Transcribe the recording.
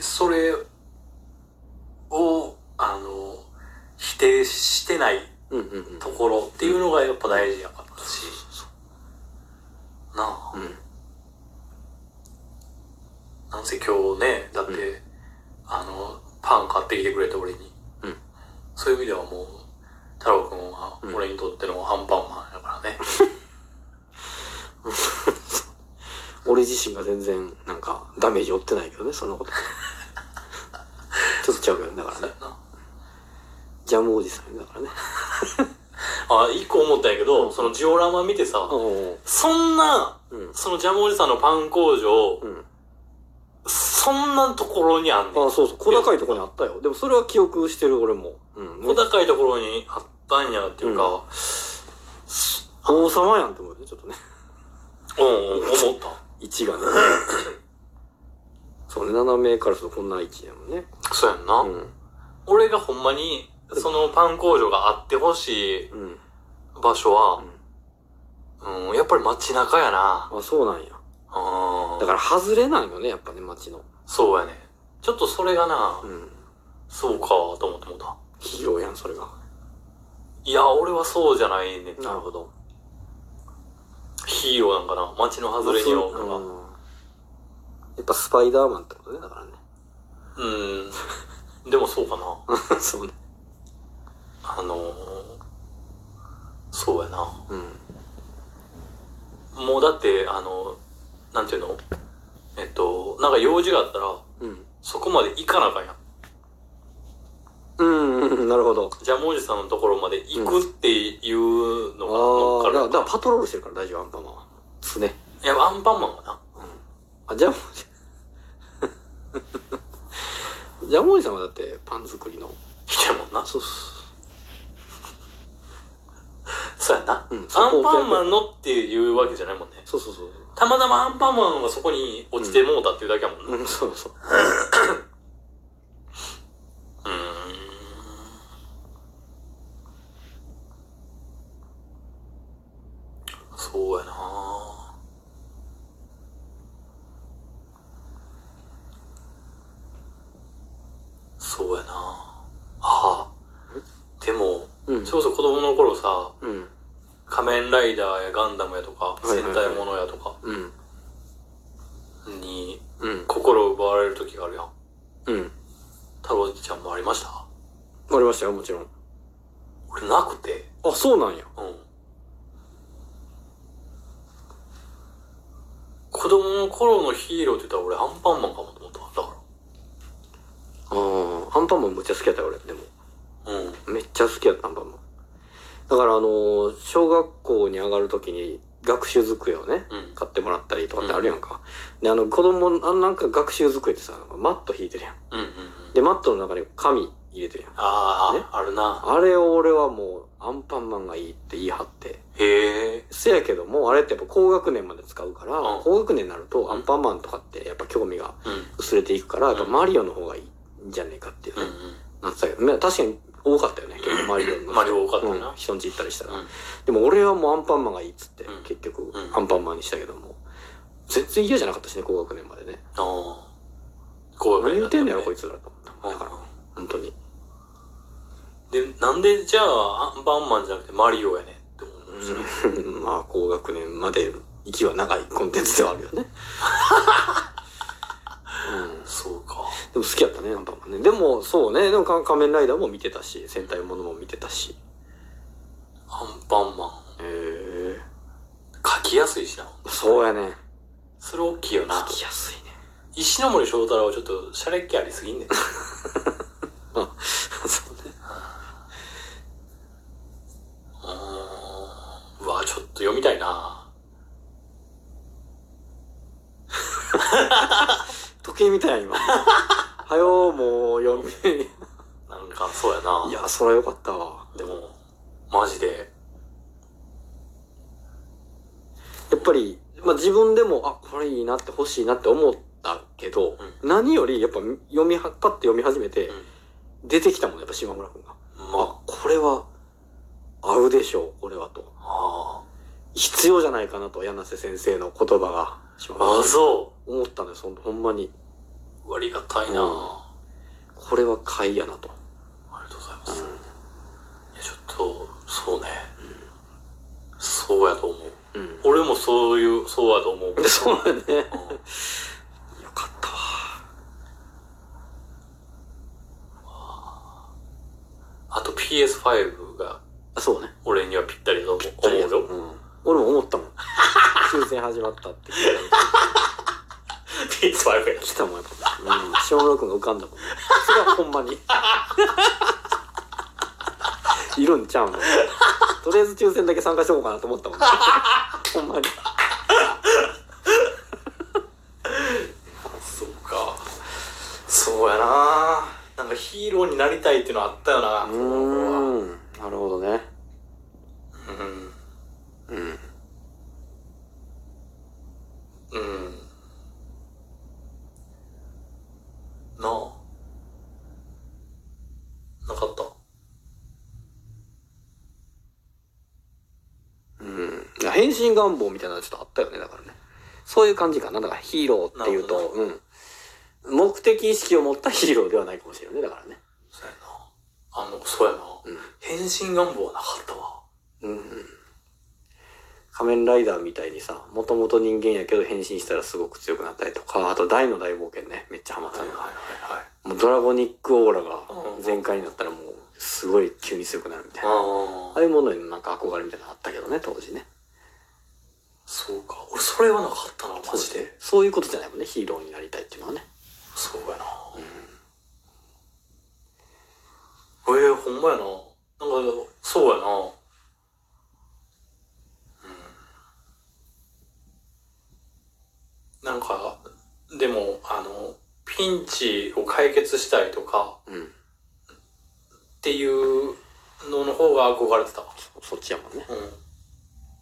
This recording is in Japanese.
それを、あの、否定してないうんうんうんところっていうのがやっぱ大事やかったし、なあ、うんなんせ今日ね、だって、うあの、パン買ってきてくれて俺に。うんそういう意味ではもう、太郎くんはうん俺にとってのアンパンマンやからね。俺自身が全然なんかダメージ負ってないけどねそんなこと ちょっとちゃうけどねだからそうねやなジャムおじさんだからねあ、一個思ったんやけど、うんそのジオラマ見てさ、おおそんな、うんそのジャムおじさんのパン工場、うんそんなところにあんねん。あそうそう小高いとこにあったよでもそれは記憶してる俺も、うん、小高いところにあったんやっていうか、王様やんって思うよねちょっとねうん、うん、思った。位置がね そうね斜めからするとこんな位置やもんねそうやんな。うん俺がほんまに、そのパン工場があってほしいうん、場所は、ううん、やっぱり街中やな。ん、あそうなんやうん。だから外れないよねやっぱね街のそうやね。ちょっとそれがな、うんそうか、と思ってもうた。ヒーローやんそれがいや、俺はそうじゃないねんなるほどヒーローなんかな。街の外れによううかんやっぱスパイダーマンってことねだからねな。うん。でもそうかな。 そうねあのー、そうやな。うんもうだって、あの、なんていうのえっと、なんか用事があったら、うんそこまで行かなあかんやん。うん、うん、なるほどジャムおじさんのところまで行くっていうのが乗っあかあだるからだからパトロールしてるから大丈夫アンパンマンは常ねいや、アンパンマンがな。あじゃあもうジャムおじさんはだ ってパン作りの来てるもんな。そうっすそうやな。うんアンパンマンのっていうわけじゃないもんね。そうそうそうたまたまアンパンマンがそこに落ちてもうたっていうだけやもんな。ううんそうそうーん。そうやなそうやなはあ。でも、うんそれこそ子供の頃さ、うん仮面ライダーやガンダムやとか、いはい戦はい隊ものやとかうんにうん心を奪われる時があるやん。うん太郎ちゃんもありましたありましたよもちろん俺なくて。あそうなんやうん。子供の頃のヒーローって言ったら俺アンパンマンかもと思った。だかああアンパンマンむっちゃ好きやったよ俺でもら。うん。めっちゃ好きやったアンパンマンだからあのー小学校に上がるときに学習机をねうん。買ってもらったりとかってあるやんか、であの子供あなんか学習机ってさマット引いてるやんうんうんうん。でマットの中に紙入れてるやんああ、ねあるな。あれを俺はもうアンパンマンがいいって言い張ってへえ。せやけどもあれってやっぱ高学年まで使うから、うん高学年になるとアンパンマンとかってやっぱ興味がうん。薄れていくからやっぱマリオの方がいいんじゃねえかっていううね、んうん。なってたけどまあ確かに多かったよね結構マリオの人マリオ多かったよなうん人んち行ったりしたら、うんでも俺はもうアンパンマンがいいっつって、うん結局うんアンパンマンにしたけども全然嫌じゃなかったしね高学年までねああ。こう何言ってんだだよこいいつらと思ったうんだから本当に で、なんでじゃあ、アンパンマンじゃなくてマリオやねんって思うんですよ。うんまあ高学年まで息は長いコンテンツではあるよね、うん、でそうか。も好きやったねアンパンマンねでもそうねでもか仮面ライダーも見てたし戦隊ものも見てたしアンパンマへえン。書きやすいしな。そうやねそれ大きいよな書。きやすいね 石ノ森章太郎はちょっと、シャレっ気ありすぎんねん。あそうねうーんうわ、ちょっと読みたいな。時計みたいや今はようもう読みなんか、そうやな。いやそれはよかったわでも、マジで。やっぱり、まあ、自分でもあこれいいなって欲しいなって思ったけど、何よりやっぱ読みはパッて読み始めて、出てきたもんやっぱ島村君が、まあこれは合うでしょうこれはとあ、あ必要じゃないかなと柳瀬先生の言葉が島あ。あ、村君そ思ったんですほんほんまにう。ありがたいな、うんあこれは買いやなりと。がとうございます、いやちょっとそうね、そうやと思ううん。俺もそういう そうやと思う、うんで、そうだね。よかったわ。あと PS5 があ、そうね。俺にはぴったりだと思うよ、うん。俺も思ったもん。 終戦始まったって聞い PS5 やた来たもん、やっぱ。うん。小野くんが浮かんだもん。それはほんまに。いるんちゃうのとりあえず抽選だけ参加しようかなと思ったもん、ほんまに。そうかそうやななんかヒーローになりたいっていうのあったよなうーん。なるほどね。うんうん。うんなあなかったうん。いや変身願望みたいなのちょっとあったよね、だからね。そういう感じかな。だからヒーローっていうなると、うん。目的意識を持ったヒーローではないかもしれないね、だからね。そうやなあのそうやな、うん変身願望はなかったわうん。仮面ライダーみたいにさ、もともと人間やけど変身したらすごく強くなったりとか、あと大の大冒険ね、めっちゃハマったのが。はいはいもうドラゴニックオーラがうん全開になったらもう、すごい急に強くなるみたいな。あああいうものになんか憧れみたいなのあったけどね、当時ね。そうか俺それはなかったなマジでそういうことじゃないもんね、ヒーローになりたいっていうのはね。そうやなええほんまやななんかそうやなうんなんかでもあのピンチを解決したいとかうん。っていうのの方が憧れてたそっちやもんね。うん